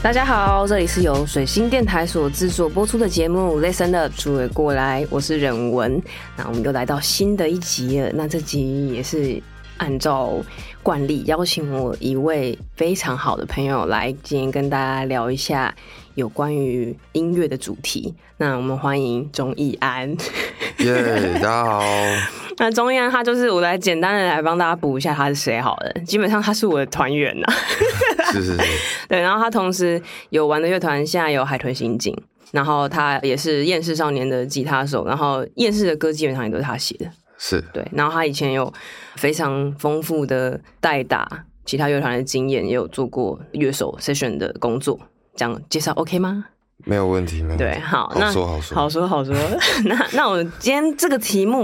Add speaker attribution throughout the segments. Speaker 1: 大家好，这里是由水星电台所制作播出的节目《Listen Up》，诸位过来，我是忍文。那我们又来到新的一集了，那这集也是按照惯例邀请我一位非常好的朋友来，今天跟大家聊一下有关于音乐的主题。那我们欢迎钟义安。
Speaker 2: 耶、大家好，
Speaker 1: 那钟义安他就是我来简单的来帮大家补一下他是谁好了，基本上他是我的团员呐、啊
Speaker 2: 是是是，
Speaker 1: 对，然后他同时有玩的乐团，现在有海豚刑警，然后他也是厌世少年的吉他手，然后厌世的歌基本上也都是他写的，
Speaker 2: 是
Speaker 1: 对，然后他以前有非常丰富的代打其他乐团的经验，也有做过乐手 session 的工作，这样介绍 OK 吗？
Speaker 2: 没有问题，没有问题
Speaker 1: 对，好，
Speaker 2: 好
Speaker 1: 那
Speaker 2: 说好说
Speaker 1: 好说好说 那那我今天这个题目，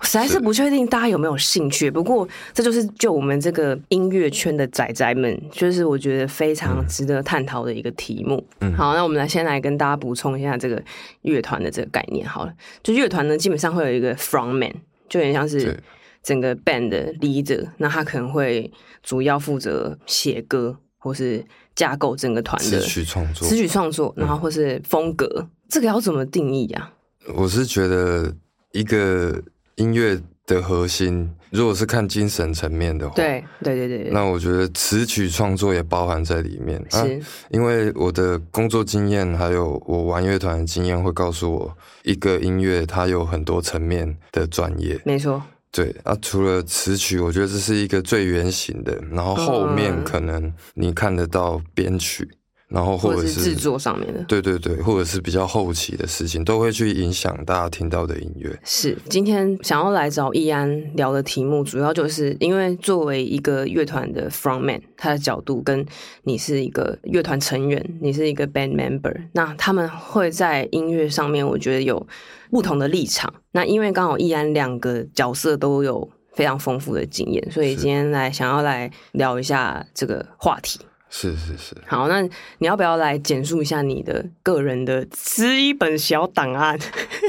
Speaker 1: 我实在是
Speaker 2: 是
Speaker 1: 不确定大家有没有兴趣。不过这就是就我们这个音乐圈的仔仔们，就是我觉得非常值得探讨的一个题目。
Speaker 2: 嗯
Speaker 1: 好，那我们来先来跟大家补充一下这个乐团的这个概念好了。就乐团呢，基本上会有一个 frontman，就有点像是
Speaker 2: 对
Speaker 1: 整个 band 的 leader，那他可能会主要负责写歌或是架构整个团的
Speaker 2: 词曲创作嗯
Speaker 1: 词，曲创作，然后或是风格，这个要怎么定义啊？
Speaker 2: 我是觉得一个音乐的核心，如果是看精神层面的话，，
Speaker 1: 对对对对对，
Speaker 2: 哦那我觉得词曲创作也包含在里面。啊
Speaker 1: 是
Speaker 2: 因为我的工作经验，还有我玩乐团的经验，会告诉我，一个音乐它有很多层面的专业。
Speaker 1: 没错，
Speaker 2: 对啊，除了词曲，我觉得这是一个最原型的，然后后面
Speaker 1: 嗯
Speaker 2: 可能你看得到编曲，然后
Speaker 1: 或
Speaker 2: 或
Speaker 1: 者
Speaker 2: 者
Speaker 1: 是制
Speaker 2: 是
Speaker 1: 作上面的。
Speaker 2: 对对对，或者是比较后期的事情，都会去影响大家听到的音乐。
Speaker 1: 是，今天想要来找易安聊的题目，主要就是因为作为一个乐团的 frontman，他的角度跟你是一个乐团成员，你是一个 band member，那他们会在音乐上面，我觉得有不同的立场。那因为刚好易安两个角色都有非常丰富的经验，所以
Speaker 2: 是
Speaker 1: 今天来想要来聊一下这个话题。
Speaker 2: 是是是，
Speaker 1: 好，那你要不要来简述一下你的个人的基本小档案？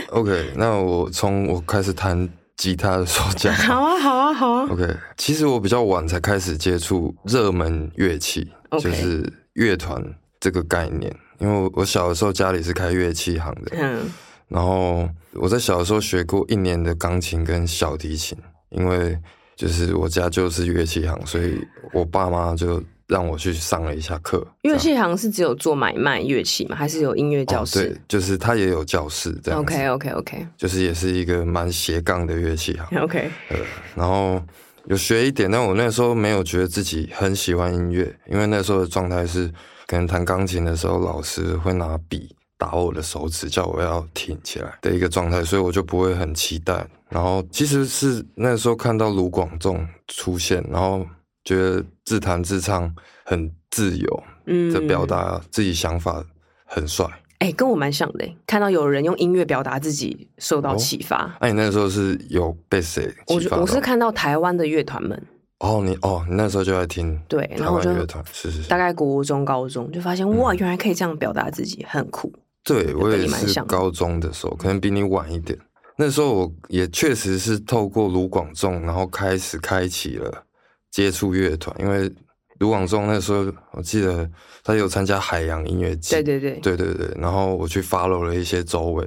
Speaker 2: OK，那我从我开始弹吉他的时候 讲。
Speaker 1: 好啊，好啊，好啊。
Speaker 2: OK，其实我比较晚才开始接触热门乐器
Speaker 1: OK
Speaker 2: 就是乐团这个概念。因为我小的时候家里是开乐器行的，
Speaker 1: 嗯，
Speaker 2: 然后我在小的时候学过一年的钢琴跟小提琴，因为就是我家就是乐器行，所以我爸妈就让我去上了一下课。哦
Speaker 1: 乐器行是只有做买卖乐器吗？还是有音乐教
Speaker 2: 哦
Speaker 1: 室
Speaker 2: 对，就是它也有教室这样子。
Speaker 1: ？OK OK OK
Speaker 2: 就是也是一个蛮斜杠的乐器行，
Speaker 1: OK，
Speaker 2: 然后有学一点，但我那时候没有觉得自己很喜欢音乐，因为那时候的状态是，可能弹钢琴的时候，老师会拿笔打我的手指，叫我要挺起来的一个状态，所以我就不会很期待。然后其实是那时候看到卢广仲出现，然后觉得自弹自唱很自由
Speaker 1: 嗯
Speaker 2: 的表。达自己想法很帅。
Speaker 1: 哎、跟我蛮像的欸，看到有人用音乐表达自己，受到
Speaker 2: 哦
Speaker 1: 启发。
Speaker 2: 那、你那时候是有被谁
Speaker 1: 我
Speaker 2: 启
Speaker 1: 就
Speaker 2: 发到？
Speaker 1: 我是看到台湾的乐团们，
Speaker 2: 哦，你哦，你那时候就在听
Speaker 1: 对然
Speaker 2: 台
Speaker 1: 后我
Speaker 2: 湾
Speaker 1: 就
Speaker 2: 乐团，嗯是是是，
Speaker 1: 大概国中、高中就发现哇，原来可以这样表达自己，很酷。
Speaker 2: 对我
Speaker 1: 跟
Speaker 2: 也
Speaker 1: 你蛮
Speaker 2: 是
Speaker 1: 像的
Speaker 2: 高中的时候，可能比你晚一点。那时候我也确实是透过卢广仲，然后开始开启了接触乐团，因为卢广仲那时候我记得他有参加海洋音乐季，
Speaker 1: 对对对，
Speaker 2: 对对对然后我去 follow 了一些周围，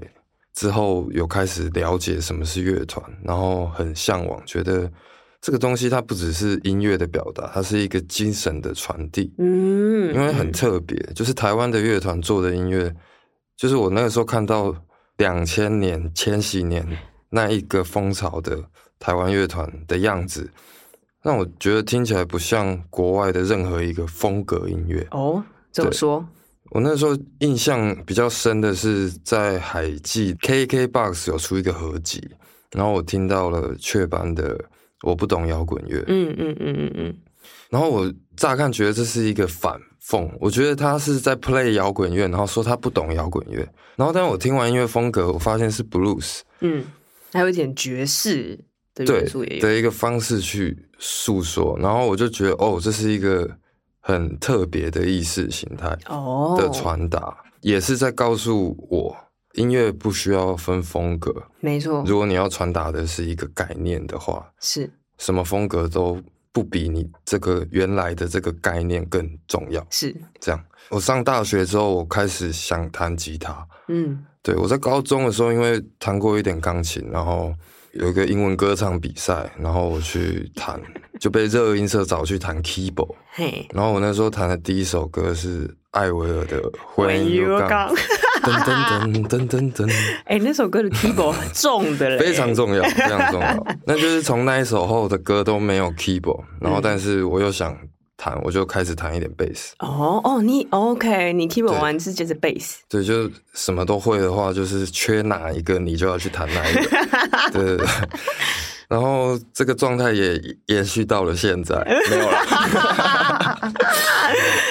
Speaker 2: 之后有开始了解什么是乐团，然后很向往，觉得这个东西它不只是音乐的表达，它是一个精神的传递。
Speaker 1: 嗯，
Speaker 2: 因为很
Speaker 1: 嗯
Speaker 2: 特别，就是台湾的乐团做的音乐，就是我那个时候看到两千年、千禧年那一个风潮的台湾乐团的样子，让我觉得听起来不像国外的任何一个风格音乐。
Speaker 1: 哦，怎么
Speaker 2: 对
Speaker 1: 说？
Speaker 2: 我那时候印象比较深的是，在海记 KKBOX 有出一个合集，然后我听到了雀斑的《我不懂摇滚乐》，
Speaker 1: 嗯嗯嗯嗯嗯。
Speaker 2: 然后我乍看觉得这是一个反讽，我觉得他是在 play 摇滚乐，然后说他不懂摇滚乐。然后，但我听完音乐风格，我发现是 blues
Speaker 1: 嗯，还有一点爵士的
Speaker 2: 对
Speaker 1: 元素也有。
Speaker 2: 的一个方式去诉说，然后我就觉得哦，这是一个很特别的意识形态
Speaker 1: 哦，
Speaker 2: 的传达，也是在告诉我，音乐不需要分风格。
Speaker 1: 没错，
Speaker 2: 如果你要传达的是一个概念的话，
Speaker 1: 是
Speaker 2: 什么风格都不比你这个原来的这个概念更重要。
Speaker 1: 是，
Speaker 2: 这样，我上大学之后，我开始想弹吉他。
Speaker 1: 嗯
Speaker 2: 对我在高中的时候，因为弹过一点钢琴，然后有一个英文歌唱比赛，然后我去弹，就被热音社找去弹 keyboard。
Speaker 1: 嘿，
Speaker 2: 然后我那时候弹的第一首歌是艾薇儿的《When You
Speaker 1: When You
Speaker 2: Gone
Speaker 1: Gone》，
Speaker 2: 噔噔噔噔噔 噔。
Speaker 1: 哎、那首歌的 keyboard 很重的嘞，
Speaker 2: 非常重要，非常重要。那就是从那一首后的歌都没有 keyboard，然后但是我又想弹，我就开始弹一点贝斯。
Speaker 1: 哦哦，你 OK，你 keyboard
Speaker 2: 对
Speaker 1: 玩是就是 bass，
Speaker 2: 对，就什么都会的话，就是缺哪一个你就要去弹哪一个。对对对。然后这个状态也延续到了现在，没有啦。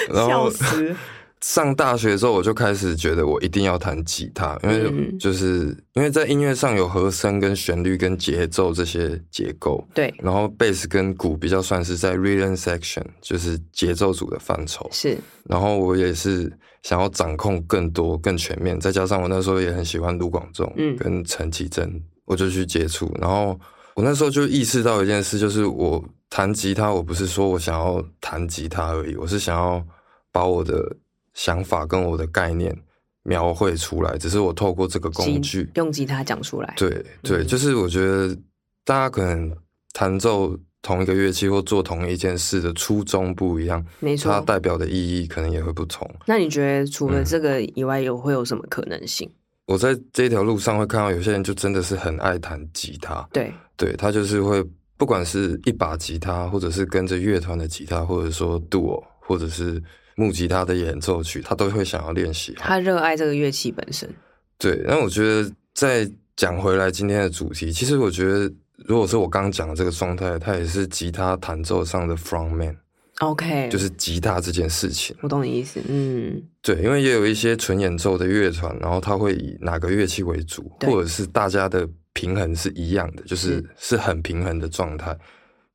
Speaker 2: 然
Speaker 1: 笑
Speaker 2: 后
Speaker 1: 死，
Speaker 2: 上大学之后，我就开始觉得我一定要弹吉他，因为
Speaker 1: 嗯
Speaker 2: 就是、因为在音乐上有和声、跟旋律、跟节奏这些结构，
Speaker 1: 对，
Speaker 2: 然后贝斯跟鼓比较算是在 rhythm section，就是节奏组的范畴。
Speaker 1: 是，
Speaker 2: 然后我也是想要掌控更多、更全面，再加上我那时候也很喜欢卢广仲，
Speaker 1: 嗯
Speaker 2: 跟陈绮贞，我就去接触。然后我那时候就意识到一件事，就是我弹吉他，我不是说我想要弹吉他而已，我是想要把我的想法跟我的概念描绘出来，只是我透过这个工具，
Speaker 1: 用吉他讲出来，
Speaker 2: 对对，
Speaker 1: 嗯
Speaker 2: 就是我觉得大家可能弹奏同一个乐器或做同一件事的初衷不一样，
Speaker 1: 没
Speaker 2: 它
Speaker 1: 错。
Speaker 2: 代表的意义可能也会不同。
Speaker 1: 那你觉得除了
Speaker 2: 嗯
Speaker 1: 这个以外，有会有什么可能性？
Speaker 2: 我在这条路上会看到有些人就真的是很爱弹吉他，
Speaker 1: 对，
Speaker 2: 对他就是会不管是一把吉他，或者是跟着乐团的吉他，或者说 duo，或者是木吉他的演奏曲，他都会想要练习好。
Speaker 1: 他热爱这个乐器本身，
Speaker 2: 对，那我觉得再讲回来今天的主题，其实我觉得，如果是我刚刚讲的这个状态，它也是吉他弹奏上的 frontman，
Speaker 1: OK，
Speaker 2: 就是吉他这件事情。
Speaker 1: 我懂你意思，嗯，
Speaker 2: 对，因为也有一些纯演奏的乐团，然后它会以哪个乐器为主，
Speaker 1: 对
Speaker 2: 或者是大家的平衡是一样的，就是
Speaker 1: 是
Speaker 2: 是很平衡的状态，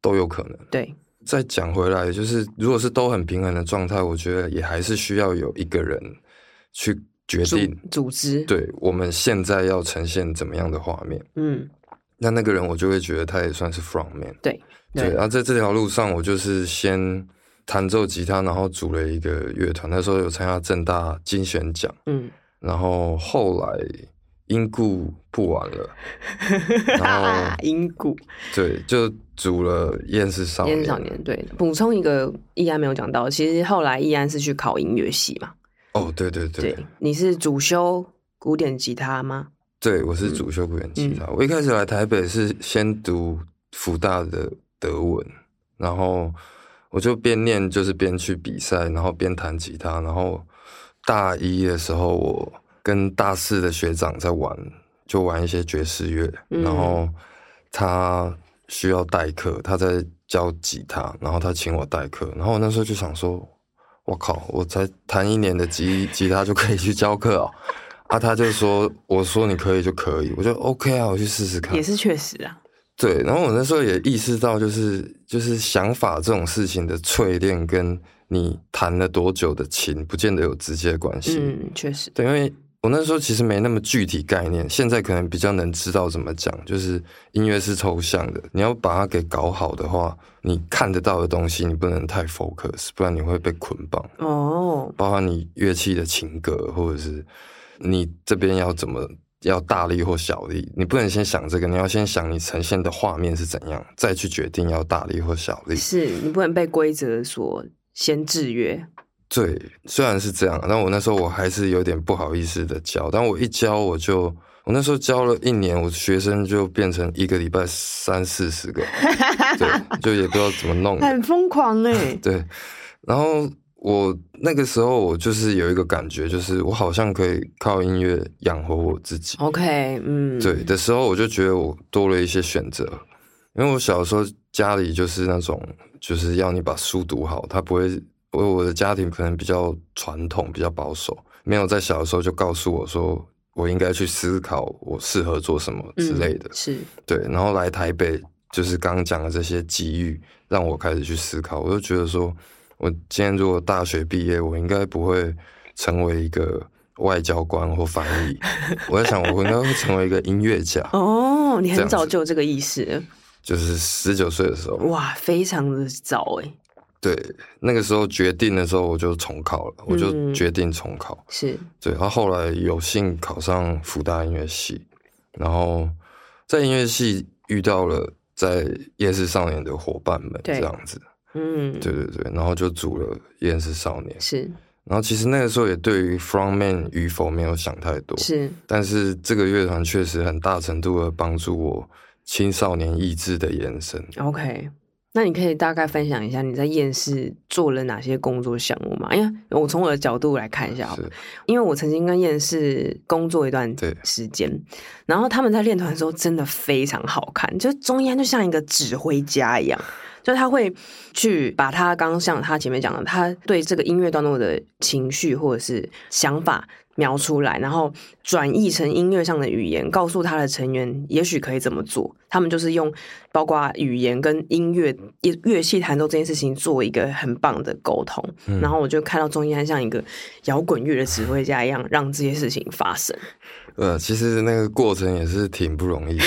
Speaker 2: 都有可能。
Speaker 1: 对，
Speaker 2: 再讲回来，就是如果是都很平衡的状态，我觉得也还是需要有一个人去决
Speaker 1: 组
Speaker 2: 定，
Speaker 1: 组织，，
Speaker 2: 对我们现在要呈现怎么样的画面。
Speaker 1: 嗯，
Speaker 2: 那那个人我就会觉得他也算是 front man。
Speaker 1: 对，
Speaker 2: 对，啊然后在这条路上，我就是先弹奏吉他，然后组了一个乐团。那时候有参加正大金选奖，
Speaker 1: 嗯，
Speaker 2: 然后后来因故不玩了，然 后
Speaker 1: 音鼓，
Speaker 2: 对，就组了厌世少
Speaker 1: 烟
Speaker 2: 年。
Speaker 1: 是少年，对，补充一个，易安没有讲到，其实后来易安是去考音乐系嘛，
Speaker 2: 哦，对对对，
Speaker 1: 对，你是主修古典吉他吗？
Speaker 2: 对我是主修古典吉他。我一开始来台北是先读福大的德文，然后我就边念就是边去比赛，然后边弹吉他。然后大一的时候，我跟大四的学长在玩，就玩一些爵士乐。
Speaker 1: 嗯
Speaker 2: 然后他需要代课，他在教吉他，然后他请我代课。然后我那时候就想说，我靠，我才弹一年的吉吉他就可以去教课哦。啊，他就说，我说你可以就可以，我就 OK 啊，我去试试看
Speaker 1: 也。是确实啊，
Speaker 2: 对，然后我那时候也意识到，就是就是想法这种事情的淬炼，跟你弹了多久的琴，不见得有直接关系。
Speaker 1: 嗯，确实，
Speaker 2: 对，因为我那时候其实没那么具体概念，现在可能比较能知道怎么讲，就是音乐是抽象的，你要把它给搞好的话，你看得到的东西你不能太 focus，不然你会被捆绑，
Speaker 1: 哦，
Speaker 2: 包括你乐器的琴格，或者是你这边要怎么。要大力或小力，你不能先想这个，你要先想你呈现的画面是怎样，再去决定要大力或小力。
Speaker 1: 是你不能被规则所先制约，
Speaker 2: 对，虽然是这样，但我那时候我还是有点不好意思的教，但我一教我就，我那时候教了一年，我学生就变成一个礼拜三四十个，对，就也不知道怎么弄的，
Speaker 1: 很疯狂哎、
Speaker 2: 嗯对。然后我那个时候我就是有一个感觉，就是我好像可以靠音乐养活我自己，
Speaker 1: OK，嗯，
Speaker 2: 对的时候，我就觉得我多了一些选择，因为我小时候家里就是那种就是要你把书读好，他不会，我我的家庭可能比较传统，比较保守，没有在小的时候就告诉我说我应该去思考我适合做什么之类的
Speaker 1: 嗯、，是
Speaker 2: 对，然后来台北就是刚刚讲的这些机遇，让我开始去思考，我就觉得说，我今天如果大学毕业，我应该不会成为一个外交官或翻译，我在想我应该会成为一个音乐家，
Speaker 1: 哦，你
Speaker 2: 这
Speaker 1: 很
Speaker 2: 样子嗯
Speaker 1: 早就有这个意识了，
Speaker 2: 就是十九岁的时候，
Speaker 1: 哇，非常的早哎，
Speaker 2: 对，那个时候决定的时候我就重考了，我就
Speaker 1: 嗯
Speaker 2: 决定重考。
Speaker 1: 是
Speaker 2: 对，然后后来有幸考上福大音乐系，然后在音乐系遇到了在夜市少年的伙伴们，
Speaker 1: 对
Speaker 2: 这样子，
Speaker 1: 嗯，
Speaker 2: 对对对，然后就组了夜市少年。
Speaker 1: 是
Speaker 2: 然后其实那个时候也对于 frontman 与否没有想太多，
Speaker 1: 是
Speaker 2: 但是这个乐团确实很大程度的帮助我青少年意志的延伸。
Speaker 1: OK，那你可以大概分享一下你在厌世做了哪些工作项目吗？因为我从我的角度来看一下好了，
Speaker 2: 是，
Speaker 1: 因为我曾经跟厌世工作一段
Speaker 2: 对
Speaker 1: 时间，然后他们在练团的时候真的非常好看，就是中央就像一个指挥家一样。就是他会去把他刚刚像他前面讲的，他对这个音乐段落的情绪或者是想法描出来，然后转译成音乐上的语言，告诉他的成员也许可以怎么做。他们就是用包括语言跟音乐乐乐器弹奏这件事情做一个很棒的沟通。
Speaker 2: 嗯
Speaker 1: 然后我就看到钟一安像一个摇滚乐的指挥家一样，让这些事情发生。
Speaker 2: 呃，其实那个过程也是挺不 容易的，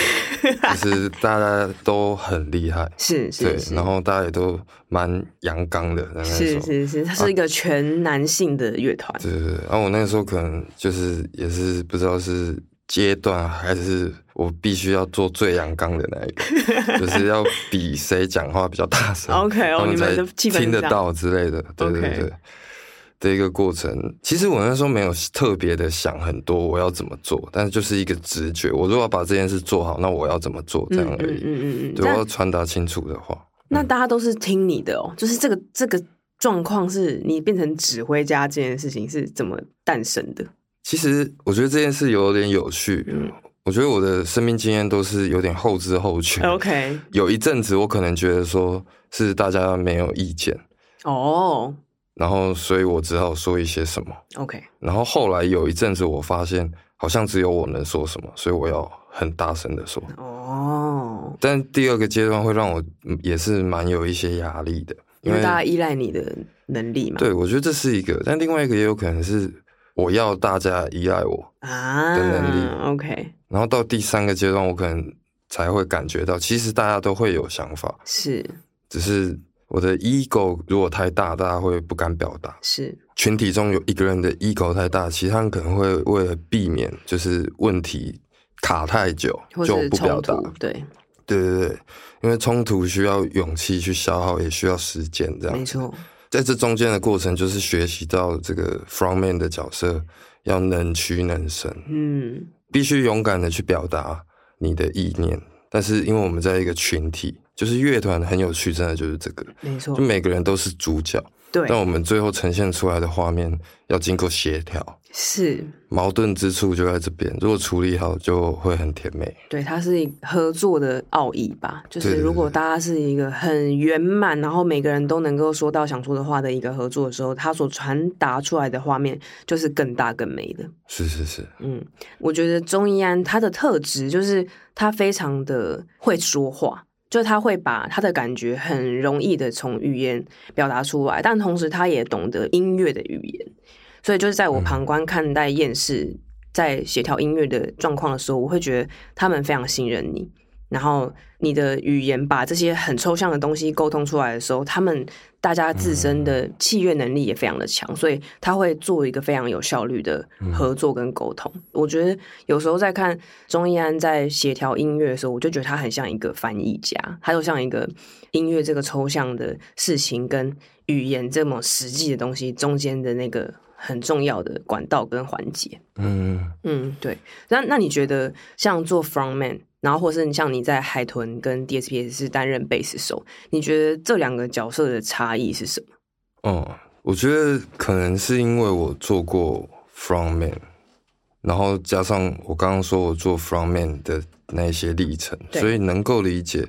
Speaker 2: 就是大家都很厉害。
Speaker 1: 是是
Speaker 2: 对，
Speaker 1: 是，
Speaker 2: 然后大家也都蛮阳刚的，那时
Speaker 1: 是
Speaker 2: 候。
Speaker 1: 是是，它是一个全男性的乐团。嗯
Speaker 2: 对对对，然、后我那时候可能就是也是不知道是阶段还是我必须要做最阳刚的那一 个，就是要比谁讲话比较大声
Speaker 1: OK，哦
Speaker 2: 他
Speaker 1: 你
Speaker 2: 们
Speaker 1: 们
Speaker 2: 才
Speaker 1: 的气氛是
Speaker 2: 听得
Speaker 1: 这样
Speaker 2: 到之类的。对对
Speaker 1: OK
Speaker 2: 对。的一个过程，其实我那时候没有特别的想很多我要怎么做，但是就是一个直觉，我如果要把这件事做好，那我要怎么做这样
Speaker 1: 嗯
Speaker 2: 而已。
Speaker 1: 嗯嗯嗯嗯。
Speaker 2: 对，我要
Speaker 1: 那
Speaker 2: 传达清楚的话，
Speaker 1: 那大家都是听你的哦，就是这个这个状况是你变成指挥家这件事情是怎么诞生的？
Speaker 2: 其实我觉得这件事有点有趣。
Speaker 1: 嗯
Speaker 2: 我觉得我的生命经验都是有点后知后觉。
Speaker 1: OK，
Speaker 2: 有一阵子我可能觉得说是大家没有意见，
Speaker 1: 哦
Speaker 2: 然后所以我只好说一些什么。
Speaker 1: ，OK，
Speaker 2: 然后后来有一阵子我发现好像只有我能说什么，所以我要很大声的说。
Speaker 1: 哦，
Speaker 2: 但第二个阶段会让我嗯也是蛮有一些压力的，
Speaker 1: 因为大家依赖你的能力嘛。
Speaker 2: 对我觉得这是一个，但另外一个也有可能是我要大家依赖我，
Speaker 1: 啊
Speaker 2: 的能
Speaker 1: OK，
Speaker 2: 然后到第三个阶段，我可能才会感觉到，其实大家都会有想法，
Speaker 1: 是
Speaker 2: 只是我的 ego 如果太大，大家会不敢表达。
Speaker 1: 是
Speaker 2: 群体中有一个人的 ego 太大，其他人可能会为了避免就是问题卡太久
Speaker 1: 或
Speaker 2: 就
Speaker 1: 者
Speaker 2: 不表
Speaker 1: 冲
Speaker 2: 达。
Speaker 1: 突，对，
Speaker 2: 对对对，因为冲突需要勇气去消耗，也需要时间。这
Speaker 1: 没
Speaker 2: 样，
Speaker 1: 错，
Speaker 2: 在这中间的过程，就是学习到这个 front man 的角色要能屈能伸。
Speaker 1: 嗯，
Speaker 2: 必须勇敢的去表达你的意念。但是因为我们在一个群体，就是乐团很有趣，真的就是这个，
Speaker 1: 没
Speaker 2: 就
Speaker 1: 错，
Speaker 2: 每个人都是主角，
Speaker 1: 对，
Speaker 2: 但我们最后呈现出来的画面要经过协调，
Speaker 1: 是
Speaker 2: 矛盾之处就在这边，如果处理好就会很甜美。
Speaker 1: 对，它是一合作的奥义吧。就
Speaker 2: 对
Speaker 1: 是
Speaker 2: 对
Speaker 1: 如果
Speaker 2: 对
Speaker 1: 大家是一个很圆满，然后每个人都能够说到想说的话的一个合作的时候，它所传达出来的画面就是更大更美的。
Speaker 2: 是是是，
Speaker 1: 嗯，我觉得钟义安他的特质就是他非常的会说话，就他会把他的感觉很容易的从语言表达出来，但同时他也懂得音乐的语言，所以就是在我旁观看待厌世在协调音乐的状况的时候，我会觉得他们非常信任你。然后你的语言把这些很抽象的东西沟通出来的时候，他们大家自身的契约能力也非常的强，所以他会做一个非常有效率的合作跟沟通。我觉得有时候在看钟义安在协调音乐的时候，我就觉得他很像一个翻译家，他就像一个音乐这个抽象的事情跟语言这么实际的东西中间的那个很重要的管道跟环节。
Speaker 2: 嗯，
Speaker 1: 嗯，对。那那你觉得像做 frontman，然后或是你像你在海豚跟 DSP 是担任贝斯手，你觉得这两个角色的差异是什么？
Speaker 2: 哦，我觉得可能是因为我做过 front man，然后加上我刚刚说我做 front man 的那一些历程，
Speaker 1: 对
Speaker 2: 所以能够理解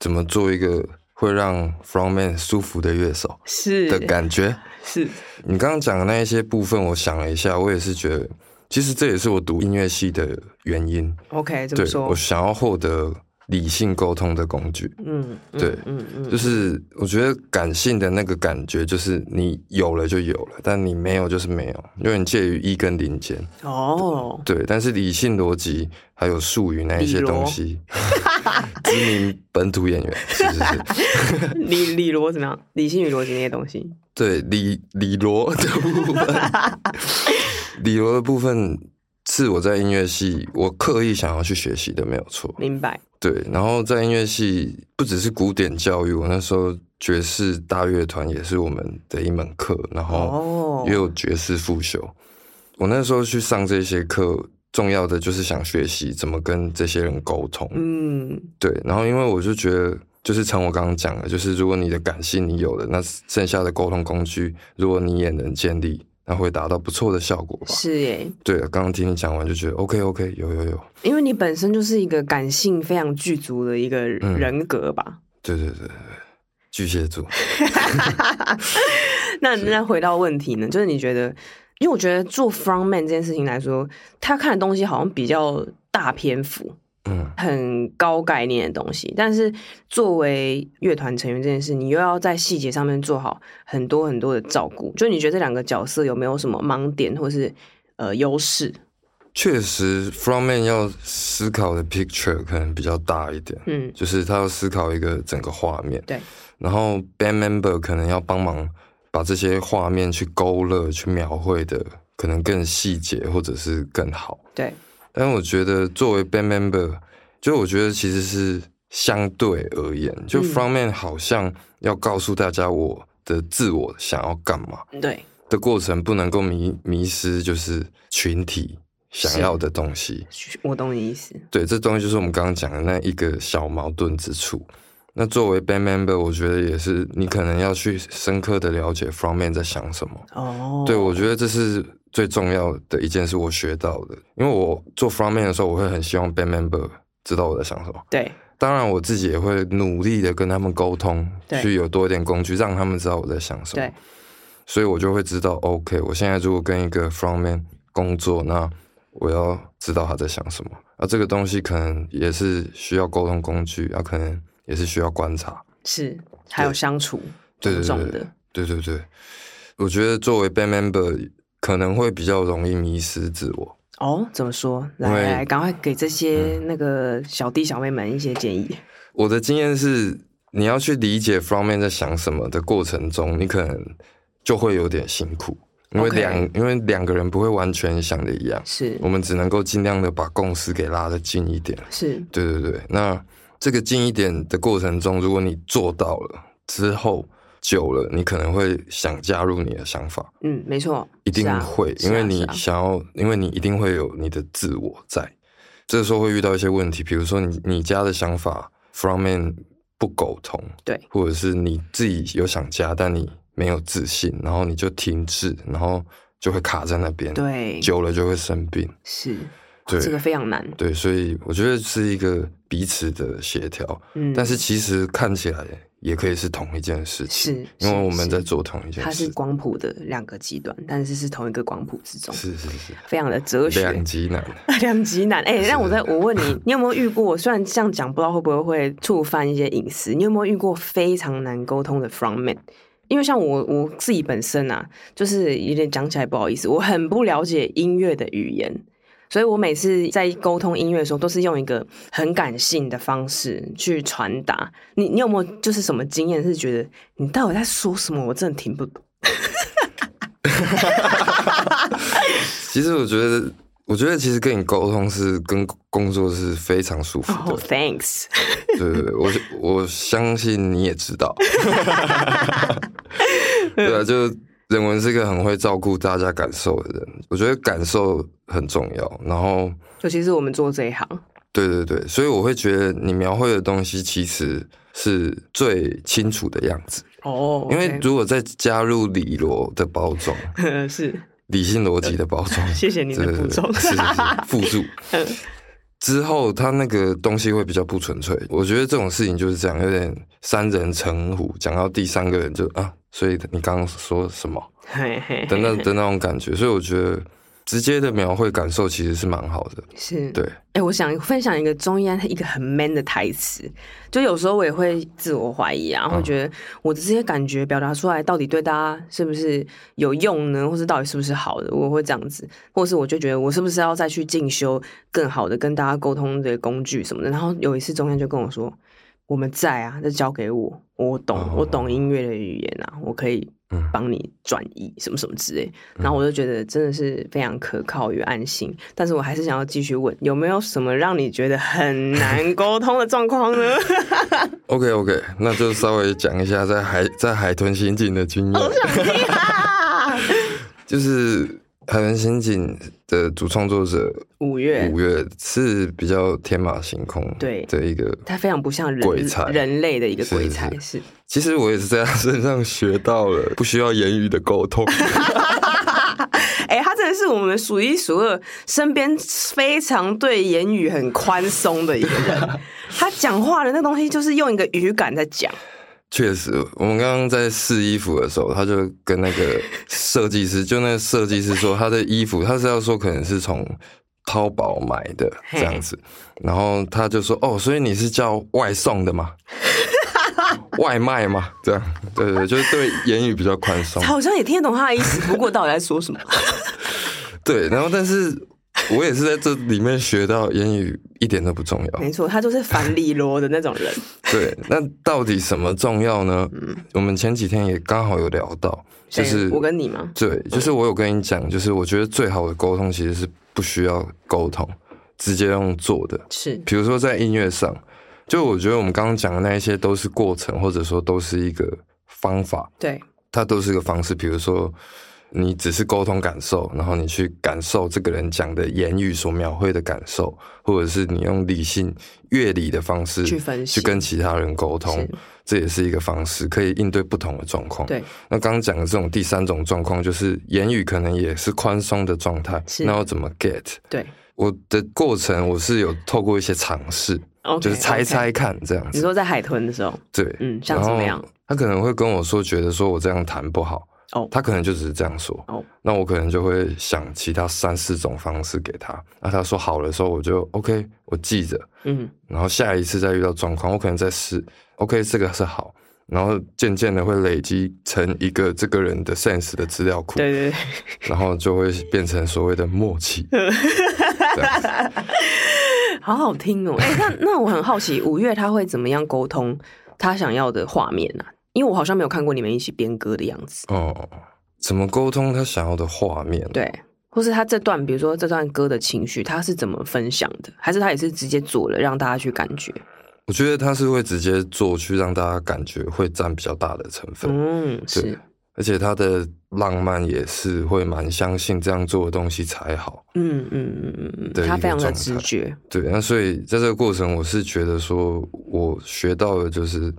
Speaker 2: 怎么做一个会让 front man 舒服的乐手
Speaker 1: 是
Speaker 2: 的感觉。
Speaker 1: 是
Speaker 2: 你刚刚讲的那一些部分，我想了一下，我也是觉得，其实这也是我读音乐系的原因。
Speaker 1: OK，怎
Speaker 2: 对
Speaker 1: 么，说
Speaker 2: 我？想要获得理性沟通的工具。
Speaker 1: 嗯，嗯
Speaker 2: 对
Speaker 1: 嗯嗯，
Speaker 2: 就是我觉得感性的那个感觉，就是你有了就有了，但你没有就是没有，有点介于一跟零间。
Speaker 1: 哦，
Speaker 2: 对，但是理性逻辑还有术语那一些
Speaker 1: 理逻
Speaker 2: 东西， 知名本土演员是是是，
Speaker 1: 理理逻怎么样？理性与逻辑那些东西，
Speaker 2: 对理理罗的部分，理罗的部分是我在音乐系我刻意想要去学习的，没有错。
Speaker 1: 明白？
Speaker 2: 对，然后在音乐系不只是古典教育，我那时候爵士大乐团也是我们的一门课，然后
Speaker 1: 哦
Speaker 2: 也，有爵士复修。我那时候去上这些课，重要的就是想学习怎么跟这些人沟通。
Speaker 1: 嗯，
Speaker 2: 对，然后因为我就觉得，就是成我刚刚讲的，就是如果你的感性你有了，那剩下的沟通工具，如果你也能建立，那会达到不错的效果吧。
Speaker 1: 是耶，
Speaker 2: 对，啊刚刚听你讲完就觉得 OK OK，有有有，
Speaker 1: 因为你本身就是一个感性非常具足的一个
Speaker 2: 嗯
Speaker 1: 人格吧。
Speaker 2: 对对对对对，巨蟹座。
Speaker 1: 那那回到问题呢，就是你觉得，因为我觉得做 frontman 这件事情来说，他看的东西好像比较大篇幅，
Speaker 2: 嗯，
Speaker 1: 很高概念的东西，但是作为乐团成员这件事，你又要在细节上面做好很多很多的照顾。就你觉得这两个角色有没有什么盲点或是呃优势？
Speaker 2: 确实，frontman 要思考的 picture 可能比较大一点，
Speaker 1: 嗯，
Speaker 2: 就是他要思考一个整个画面。
Speaker 1: 对。
Speaker 2: 然后 band member 可能要帮忙把这些画面去勾勒、去描绘的，可能更细节或者是更好。
Speaker 1: 对，
Speaker 2: 但我觉得作为 band member，就我觉得其实是相对而言，就
Speaker 1: 嗯
Speaker 2: frontman 好像要告诉大家我的自我想要干嘛
Speaker 1: 对，
Speaker 2: 的过程，不能够迷迷失，就是群体想
Speaker 1: 是
Speaker 2: 要的东西。
Speaker 1: 我懂你意思。
Speaker 2: 对，这东西就是我们刚刚讲的那一个小矛盾之处。那作为 band member，我觉得也是你可能要去深刻的了解 frontman 在想什么。
Speaker 1: 哦，
Speaker 2: 对，我觉得这是最重要的一件事，我学到的。因为我做 frontman 的时候，我会很希望 band member 知道我在想什么。
Speaker 1: 对，
Speaker 2: 当然，我自己也会努力的跟他们沟通，
Speaker 1: 对
Speaker 2: 去有多一点工具，让他们知道我在想什么
Speaker 1: 对。，
Speaker 2: 所以我就会知道，OK，我现在如果跟一个 frontman 工作，那我要知道他在想什么。啊，这个东西可能也是需要沟通工具，啊，可能也是需要观察。
Speaker 1: 是还有相处种
Speaker 2: 对对
Speaker 1: 种
Speaker 2: 对
Speaker 1: 的，
Speaker 2: 对对对，我觉得作为 band member 可能会比较容易迷失自我。
Speaker 1: 哦，怎么说？来
Speaker 2: 因为嗯
Speaker 1: 来来，赶快给这些那个小弟小妹们一些建议。
Speaker 2: 我的经验是，你要去理解 frontman 在想什么的过程中，你可能就会有点辛苦，因为
Speaker 1: OK
Speaker 2: 两因为两个人不会完全想的一样，
Speaker 1: 是
Speaker 2: 我们只能够尽量的把共识给拉得近一点。
Speaker 1: 是，
Speaker 2: 对对对，那这个近一点的过程中，如果你做到了之后久了，你可能会想加入你的想法，
Speaker 1: 嗯，没错，
Speaker 2: 一定
Speaker 1: 是啊
Speaker 2: 会，
Speaker 1: 是啊
Speaker 2: 因为
Speaker 1: 是
Speaker 2: 你
Speaker 1: 啊
Speaker 2: 想要，因为你一定会有你的自我在。这时候会遇到一些问题，比如说你你家的想法 from man 不苟同，
Speaker 1: 对，
Speaker 2: 或者是你自己有想加，但你没有自信，然后你就停滞，然后就会卡在那边，，
Speaker 1: 对，
Speaker 2: 久了就会生病，
Speaker 1: 是
Speaker 2: 对
Speaker 1: 这个非常难。
Speaker 2: 对，所以我觉得是一个彼此的协调，
Speaker 1: 嗯，
Speaker 2: 但是其实看起来也可以是同一件事情，
Speaker 1: 是
Speaker 2: 因为
Speaker 1: 是
Speaker 2: 我们在
Speaker 1: 是
Speaker 2: 做同一件
Speaker 1: 它是
Speaker 2: 事，
Speaker 1: 光谱的两个极端，但是是同一个光谱之中，
Speaker 2: 是是是
Speaker 1: 非常的哲
Speaker 2: 是，
Speaker 1: 学
Speaker 2: 两，极 难。
Speaker 1: 两极难。哎、
Speaker 2: 是
Speaker 1: 那我在我问 你，你有没有遇过？虽然这样讲，不知道会不会会触犯一些隐私，你有没有遇过非常难沟通的 frontman？因为像我我自己本身啊，就是有点讲起来不好意思，我很不了解音乐的语言，所以我每次在沟通音乐的时候，都是用一个很感性的方式去传达。你你有没有就是什么经验是觉得你到底在说什么？我真的听不懂。
Speaker 2: 其实我觉得，我觉得其实跟你沟通是跟工作是非常舒服
Speaker 1: 哦、
Speaker 2: 的。
Speaker 1: t h a n k s
Speaker 2: 对对对，我我相信你也 知道。 对啊，就人文是一个很会照顾大家感受的人，我觉得感受很重要。然后，
Speaker 1: 尤其是我们做这一行，
Speaker 2: 对对对，所以我会觉得你描绘的东西其实是最清楚的样子。
Speaker 1: 哦
Speaker 2: 因为如果再加入理罗的包装，
Speaker 1: 是
Speaker 2: 理性逻辑的包装，
Speaker 1: 谢谢你的
Speaker 2: 对对
Speaker 1: 补
Speaker 2: 对
Speaker 1: 充嗯
Speaker 2: 是是是辅 助。之后，他那个东西会比较不纯粹。我觉得这种事情就是这样，有点三人成虎，讲到第三个人就啊，所以你刚刚说什么
Speaker 1: 嘿嘿嘿
Speaker 2: 的那的那种感觉。所以我觉得直接的描绘感受其实是蛮好的。
Speaker 1: 是
Speaker 2: 对，
Speaker 1: 哎、我想分享一个中医安啊一个很 man 的台词，就有时候我也会自我怀疑啊，
Speaker 2: 嗯
Speaker 1: 会觉得我的这些感觉表达出来到底对大家是不是有用呢，或是到底是不是好的，我会这样子，或是我就觉得我是不是要再去进修更好的跟大家沟通的工具什么的。然后有一次中央就跟我说：“我们在啊，就交给我，我懂，
Speaker 2: 哦
Speaker 1: 我懂音乐的语言啊，我可以
Speaker 2: 嗯
Speaker 1: 帮你转译什么什么之类。”然后我就觉得真的是非常可靠与安心，但是我还是想要继续问，有没有什么让你觉得很难 沟通的状况呢？
Speaker 2: OK OK，那就稍微讲一下在海在海豚刑警的经验， 就是海豚刑警的主创作者
Speaker 1: 五月
Speaker 2: 五，月是比较天马行空
Speaker 1: 对
Speaker 2: 的一个。
Speaker 1: 它非常不像人
Speaker 2: 鬼才
Speaker 1: 人类的一个
Speaker 2: 是
Speaker 1: 鬼
Speaker 2: 是
Speaker 1: 才是
Speaker 2: 其实我也是在他身上学到了不需要言语的沟通。
Speaker 1: 哎、他真的是我们数一数二，身边非常对言语很宽松的一个 人。他讲话的那东西就是用一个语感在讲，
Speaker 2: 哦确实，我们刚刚在试衣服的时候，他就跟那 个设计师，就那个设计师说，他的衣服他是要说可能是从淘宝买的
Speaker 1: 嘿
Speaker 2: 这样子，然后他就说，哦，所以你是叫外送 的吗？外卖吗？这样，对对，对就是对言语比较宽松
Speaker 1: 他，好像也听得懂他的意思，不过到底在说什么？
Speaker 2: 哦对，然后但是我也是在这里面学到言语一点都不重要，
Speaker 1: 没错，他就是反李罗的那种人。
Speaker 2: 对，那到底什么重要呢？我们前几天也刚好有聊到，就是
Speaker 1: 嗯谁我跟你吗？
Speaker 2: 对，就是我有跟你讲，就是我觉得最好的沟通其实是不需要沟通，直接用做的。
Speaker 1: 是
Speaker 2: 比如说在音乐上，就我觉得我们刚刚讲的那一些都是过程，或者说都是一个方法，
Speaker 1: 对，
Speaker 2: 它都是个方式。比如说，你只是沟通感受，然后你去感受这个人讲的言语所描绘的感受，或者是你用理性、乐理的方式
Speaker 1: 去分析
Speaker 2: 去跟其他人沟通
Speaker 1: 是，
Speaker 2: 这也是一个方式，可以应对不同的状况。
Speaker 1: 对，
Speaker 2: 那刚刚讲的这种第三种状况，就是言语可能也是宽松的状态，
Speaker 1: 是
Speaker 2: 那要怎么 get？
Speaker 1: 对
Speaker 2: 我的过程我是有透过一些尝试
Speaker 1: o k
Speaker 2: 就是猜。猜看这样
Speaker 1: 你
Speaker 2: 子，
Speaker 1: 说在海豚的时候，
Speaker 2: 对，
Speaker 1: 嗯，像
Speaker 2: 然
Speaker 1: 怎
Speaker 2: 后
Speaker 1: 么样？
Speaker 2: 他可能会跟我说，觉得说我这样弹不好，
Speaker 1: 哦
Speaker 2: 他可能就只是这样说，
Speaker 1: 哦，
Speaker 2: 那我可能就会想其他三四种方式给他，那他说好的时候，我就 OK，我记着，
Speaker 1: 嗯，
Speaker 2: 然后下一次再遇到状况，我可能再试，OK，这个是好，然后渐渐的会累积成一个这个人的 sense 的资料库，
Speaker 1: 对对对。
Speaker 2: 然后就会变成所谓的默契。这样子
Speaker 1: 好好听哦！哎、那那我很好奇， 五月他会怎么样沟通他想要的画面呢、啊？因为我好像没有看过你们一起编歌的样子，
Speaker 2: 哦，怎么沟通他想要的画面？，啊
Speaker 1: 对，或是他这段，比如说这段歌的情绪，他是怎么分享的？还是他也是直接做了，让大家去感觉？
Speaker 2: 我觉得他是会直接做，去让大家感觉会占比较大的成分。
Speaker 1: 嗯，是
Speaker 2: 对，，而且他的浪漫也是会蛮相信这样做的东西才好。
Speaker 1: 嗯嗯嗯嗯
Speaker 2: 的
Speaker 1: 嗯，
Speaker 2: 一
Speaker 1: 他
Speaker 2: 个
Speaker 1: 非常的
Speaker 2: 状态
Speaker 1: 直觉，
Speaker 2: 对，那所以在这个过程，我是觉得说我学到的就是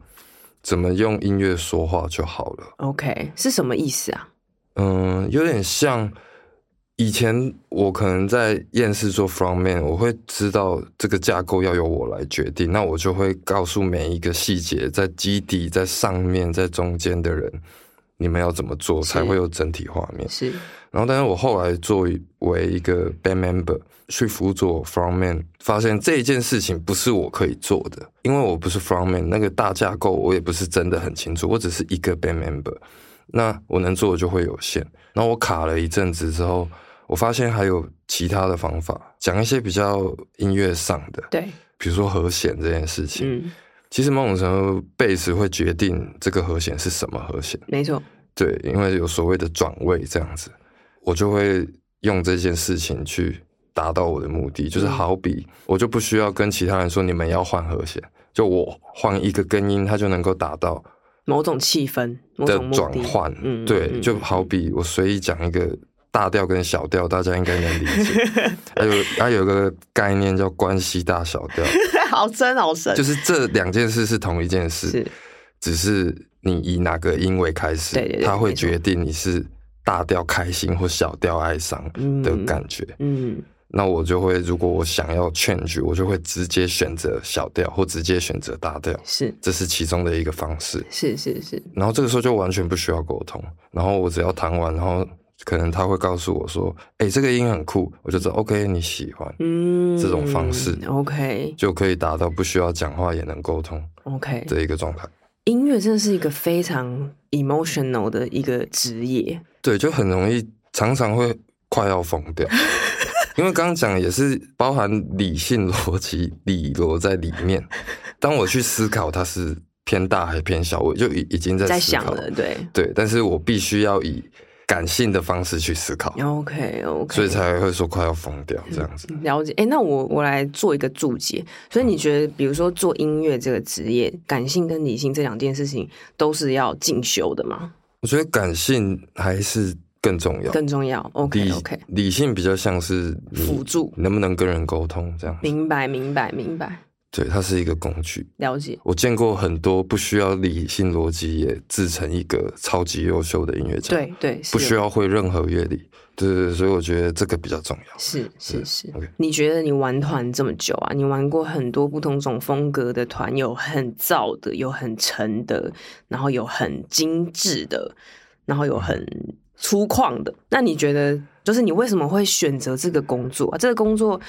Speaker 2: 怎么用音乐说话就好了。
Speaker 1: OK，是什么意思啊？
Speaker 2: 嗯，有点像以前我可能在厌世做 front man，我会知道这个架构要由我来决定，那我就会告诉每一个细节，在基底、在上面、在中间的人，你们要怎么做才
Speaker 1: 是
Speaker 2: 会有整体画面。
Speaker 1: 是
Speaker 2: 然后，但是我后来作为一个 band member 去辅佐 front man，发现这一件事情不是我可以做的，因为我不是 front man，那个大架构我也不是真的很清楚，我只是一个 band member，那我能做的就会有限。然后我卡了一阵子之后，我发现还有其他的方法，讲一些比较音乐上的，
Speaker 1: 对，
Speaker 2: 比如说和弦这件事情。
Speaker 1: 嗯，
Speaker 2: 其实某种程度，贝斯会决定这个和弦是什么和弦。
Speaker 1: 没错，
Speaker 2: 对，因为有所谓的转位这样子，我就会用这件事情去达到我的目的，就是
Speaker 1: 嗯
Speaker 2: 好比我就不需要跟其他人说你们要换和弦，就我换一个根音，它就能够达到
Speaker 1: 某种气氛，某
Speaker 2: 的
Speaker 1: 种目
Speaker 2: 转
Speaker 1: 的
Speaker 2: 换。
Speaker 1: 嗯，
Speaker 2: 对，
Speaker 1: 嗯
Speaker 2: 就
Speaker 1: 嗯
Speaker 2: 好比我随意讲一个大调跟小调，大家应该能 理解。还有还有个概念叫关系大小调，
Speaker 1: 好深好深，
Speaker 2: 就是这两件事是同一件事，
Speaker 1: 是
Speaker 2: 只是你以哪个音为开始，
Speaker 1: 对对对
Speaker 2: 它会
Speaker 1: 没错
Speaker 2: 决定你是大调开心或小调哀伤的
Speaker 1: 嗯
Speaker 2: 感觉。
Speaker 1: 嗯，
Speaker 2: 那我就会，如果我想要 change，我就会直接选择小调或直接选择大调，
Speaker 1: 是
Speaker 2: 这是其中的一个方式。
Speaker 1: 是是是，
Speaker 2: 然后这个时候就完全不需要沟通，然后我只要弹完，然后可能他会告诉我说：“哎、这个音很酷。”我就知道 OK 你喜欢，
Speaker 1: 嗯，
Speaker 2: 这种方式
Speaker 1: OK
Speaker 2: 就可以达到不需要讲话也能沟通
Speaker 1: OK，
Speaker 2: 的一个状态。
Speaker 1: 音乐真的是一个非常 emotional 的一个职业，
Speaker 2: 对，就很容易常常会快要疯掉，因为刚刚讲也是包含理性逻辑、理逻在里面。当我去思考它是偏大还偏小，我就已已经在
Speaker 1: 在
Speaker 2: 思
Speaker 1: 想
Speaker 2: 考
Speaker 1: 了，对
Speaker 2: 对，但是我必须要以感性的方式去思考，
Speaker 1: ，OK OK，
Speaker 2: 所以才会说快要疯掉这样子。
Speaker 1: 了解。哎，那我我来做一个注解。所以你觉得，比如说做音乐这个职业，感性跟理性这两件事情都是要进修的吗？
Speaker 2: 我觉得感性还是更重要，
Speaker 1: 更重要？OK
Speaker 2: 理
Speaker 1: OK，
Speaker 2: 理性比较像是你
Speaker 1: 辅助
Speaker 2: 能不能跟人沟通这样。
Speaker 1: 明白明白明白，
Speaker 2: 对，它是一个工具。
Speaker 1: 了解。
Speaker 2: 我见过很多不需要理性逻辑也自成一个超级优秀的音乐家，
Speaker 1: 对对，是
Speaker 2: 啊不需
Speaker 1: 有
Speaker 2: 要会任何乐理，对对对，所以我觉得这个比较重要。
Speaker 1: 是是是
Speaker 2: OK
Speaker 1: 你觉得你玩团这么久啊，你玩过很多不同种风格的团，有很燥的，有很沉的，然后有很精致的，然后有很粗犷的。那你觉得，就是你为什么会选择这个工作啊？这个工作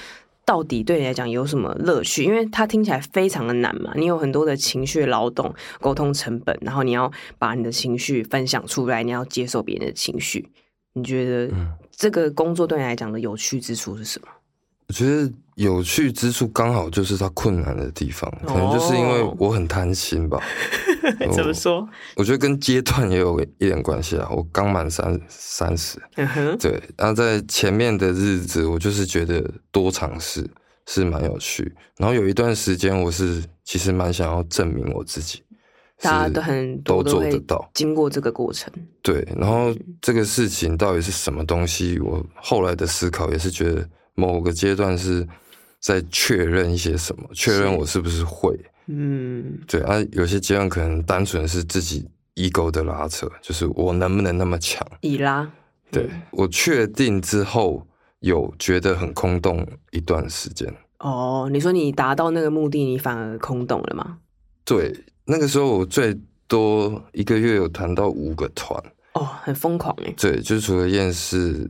Speaker 1: 到底对你来讲有什么乐趣？因为它听起来非常的难嘛，你有很多的情绪劳动、沟通成本，然后你要把你的情绪分享出来，你要接受别人的情绪。你觉得
Speaker 2: 嗯
Speaker 1: 这个工作对你来讲的有趣之处是什么？
Speaker 2: 我觉得有趣之处刚好就是它困难的地方，可能就是因为
Speaker 1: 哦
Speaker 2: 我很贪心吧。 哦
Speaker 1: 说？
Speaker 2: 我觉得跟阶段也有一点关系啊。我刚满三三十，
Speaker 1: 嗯哼，
Speaker 2: 对，那在前面的日子，我就是觉得多尝试是蛮有趣。然后有一段时间，我是其实蛮想要证明我自己，
Speaker 1: 大家
Speaker 2: 是
Speaker 1: 都很
Speaker 2: 都
Speaker 1: 多
Speaker 2: 做
Speaker 1: 会嗯
Speaker 2: 得到。
Speaker 1: 经过这个过程，
Speaker 2: 对，然后这个事情到底是什么东西？我后来的思考也是觉得某个阶段是在确认一些什么，确认我是不是会。
Speaker 1: 嗯，
Speaker 2: 对啊，有些阶段可能单纯是自己 ego 的拉扯，就是我能不能那么强？
Speaker 1: 以拉，
Speaker 2: 对
Speaker 1: 嗯
Speaker 2: 我确定之后，有觉得很空洞一段时间。
Speaker 1: 哦，你说你达到那个目的，你反而空洞了吗？
Speaker 2: 对，那个时候我最多一个月有弹到五个团，
Speaker 1: 哦，很疯狂哎，
Speaker 2: 对，就除了厌世、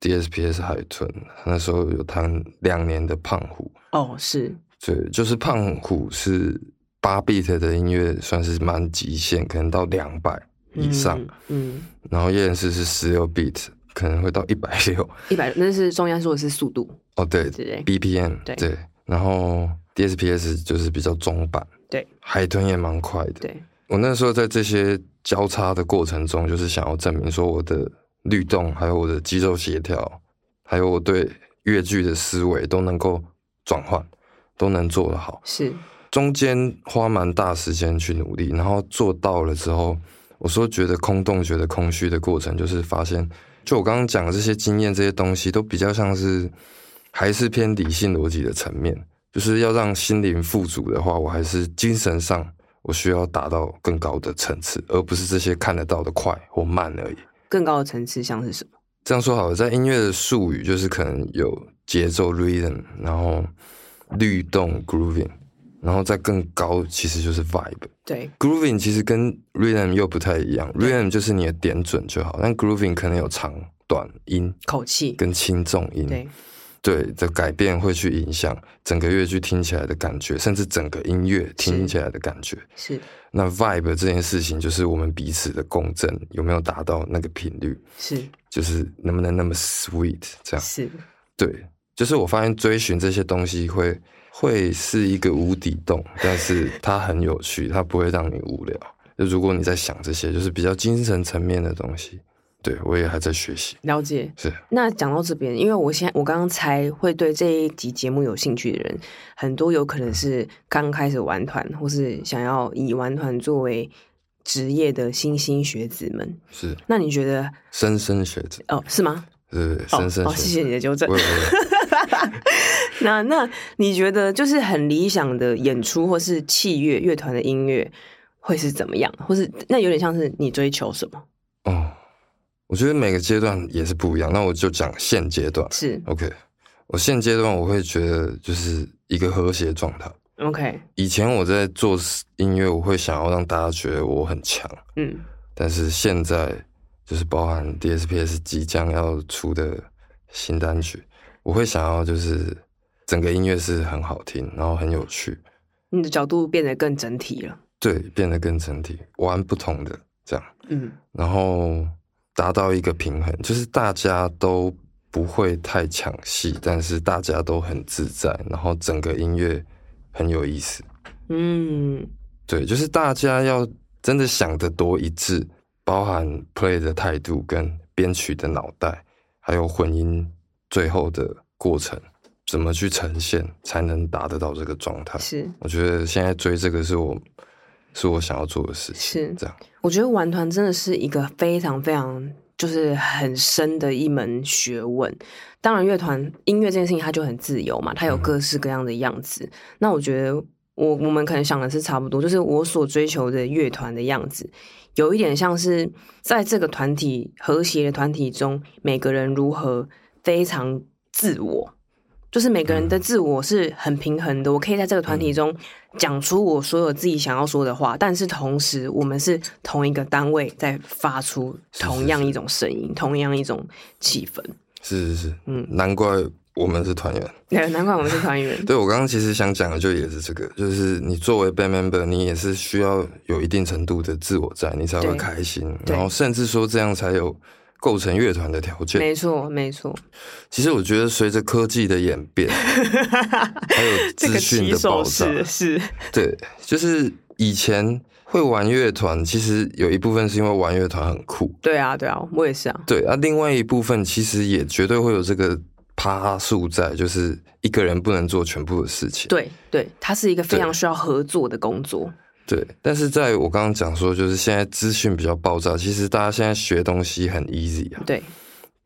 Speaker 2: DSPS 海豚，那时候有弹两年的胖虎，
Speaker 1: 哦，是
Speaker 2: 对，就是胖虎是八 beat 的音乐，算是蛮极限，可能到两百以上，，
Speaker 1: 嗯，
Speaker 2: 然后厌世是十六 beat，可能会到一百六，
Speaker 1: 一百，那是中央说的是速度，
Speaker 2: 哦，对
Speaker 1: 对不对？
Speaker 2: ，BPM，
Speaker 1: 对
Speaker 2: 然后 DSPS 就是比较中版，
Speaker 1: 对，
Speaker 2: 海豚也蛮快的。
Speaker 1: 对，
Speaker 2: 我那时候在这些交叉的过程中，就是想要证明说我的律动，还有我的肌肉协调，还有我对乐句的思维都能够转换，都能做得好。
Speaker 1: 是，
Speaker 2: 中间花蛮大时间去努力，然后做到了之后，我说觉得空洞、觉得空虚的过程，就是发现，就我刚刚讲的这些经验、这些东西，都比较像是还是偏理性逻辑的层面，就是要让心灵富足的话，我还是精神上我需要达到更高的层次，而不是这些看得到的快或慢而已。
Speaker 1: 更高的层次像是什么？
Speaker 2: 这样说好了，在音乐的术语就是可能有节奏 rhythm，然后律动 grooving，然后再更高其实就是 vibe。
Speaker 1: 对，
Speaker 2: grooving 其实跟 rhythm 又不太一样，rhythm 就是你的点准就好，但 grooving 可能有长短音
Speaker 1: 口气，
Speaker 2: 跟轻重音，
Speaker 1: 对，
Speaker 2: 对的改变会去影响整个乐句听起来的感觉，甚至整个音乐听起来的感觉。
Speaker 1: 是
Speaker 2: 那 vibe 这件事情就是我们彼此的共振有没有达到那个频率，
Speaker 1: 是
Speaker 2: 就是能不能那么 sweet 这样。
Speaker 1: 是，
Speaker 2: 对，就是我发现追寻这些东西会会是一个无底洞，但是它很有趣，它不会让你无聊。就如果你在想这些，就是比较精神层面的东西，对我也还在学习。
Speaker 1: 了解。
Speaker 2: 是，
Speaker 1: 那讲到这边，因为我现在我刚刚才会对这一集节目有兴趣的人，很多有可能是刚开始玩团，或是想要以玩团作为职业的新兴学子们。
Speaker 2: 是，
Speaker 1: 那你觉得
Speaker 2: 莘莘学子，
Speaker 1: 哦是吗？
Speaker 2: 对对对，
Speaker 1: 哦
Speaker 2: 莘
Speaker 1: 哦，
Speaker 2: 莘
Speaker 1: 谢
Speaker 2: 学
Speaker 1: 谢
Speaker 2: 子。
Speaker 1: 你的纠正
Speaker 2: 我。我我
Speaker 1: 那那你觉得就是很理想的演出或是器乐乐团的音乐会是怎么样？或是那有点像是你追求什么？
Speaker 2: 哦，我觉得每个阶段也是不一样。那我就讲现阶段
Speaker 1: 是
Speaker 2: ，OK。我现阶段我会觉得就是一个和谐状态。
Speaker 1: OK，
Speaker 2: 以前我在做音乐，我会想要让大家觉得我很强，
Speaker 1: 嗯，
Speaker 2: 但是现在就是包含 DSPS 即将要出的新单曲，我会想要就是整个音乐是很好听，然后很有趣，
Speaker 1: 你的角度变得更整体了。
Speaker 2: 对，变得更整体，玩不同的这样，
Speaker 1: 嗯，
Speaker 2: 然后达到一个平衡，就是大家都不会太抢戏，但是大家都很自在，然后整个音乐很有意思。
Speaker 1: 嗯，
Speaker 2: 对，就是大家要真的想得多一致，包含 play 的态度跟编曲的脑袋，还有混音最后的过程，怎么去呈现才能达得到这个状态？
Speaker 1: 是。
Speaker 2: 我觉得现在追这个是我是我想要做的事情。
Speaker 1: 是
Speaker 2: 这样，
Speaker 1: 我觉得玩团真的是一个非常非常就是很深的一门学问。当然，乐团音乐这件事情它就很自由嘛，它有
Speaker 2: 嗯
Speaker 1: 各式各样的样子。那我觉得我我们可能想的是差不多，就是我所追求的乐团的样子，有一点像是在这个团体和谐的团体中，每个人如何非常自我。就是每个人
Speaker 2: 嗯
Speaker 1: 的自我是很平衡的，我可以在这个团体中讲出我所有自己想要说的话，但是同时我们是同一个单位在发出同样一种声音，同样一种气氛。
Speaker 2: 是是是，
Speaker 1: 嗯
Speaker 2: 嗯，难怪我们是团员。
Speaker 1: 对，难怪我们是团 员。
Speaker 2: 对我刚刚其实想讲的就也是这个，就是你作为 band member，你也是需要有一定程度的自我在，你才会
Speaker 1: 对
Speaker 2: 开心，
Speaker 1: 对
Speaker 2: 然后甚至说这样才有构成乐团的条件。
Speaker 1: 没错，没错，
Speaker 2: 其实我觉得随着科技的演 变，还有资讯的爆炸，
Speaker 1: 是
Speaker 2: 对，就是以前会玩乐团，其实有一部分是因为玩乐团很酷，
Speaker 1: 对啊，对啊，我也是啊，
Speaker 2: 对啊，另外一部分其实也绝对会有这个趴数在，就是一个人不能做全部的事情。
Speaker 1: 对对，它是一个非
Speaker 2: 对
Speaker 1: 常需要合作的工作。
Speaker 2: 对，但是在我刚刚讲说，就是现在资讯比较爆炸，其实大家现在学东西很 easy 啊，
Speaker 1: 对，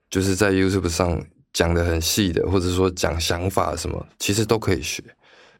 Speaker 2: 就是在 YouTube 上讲的很细的，或者说讲想法什么，其实都可以学。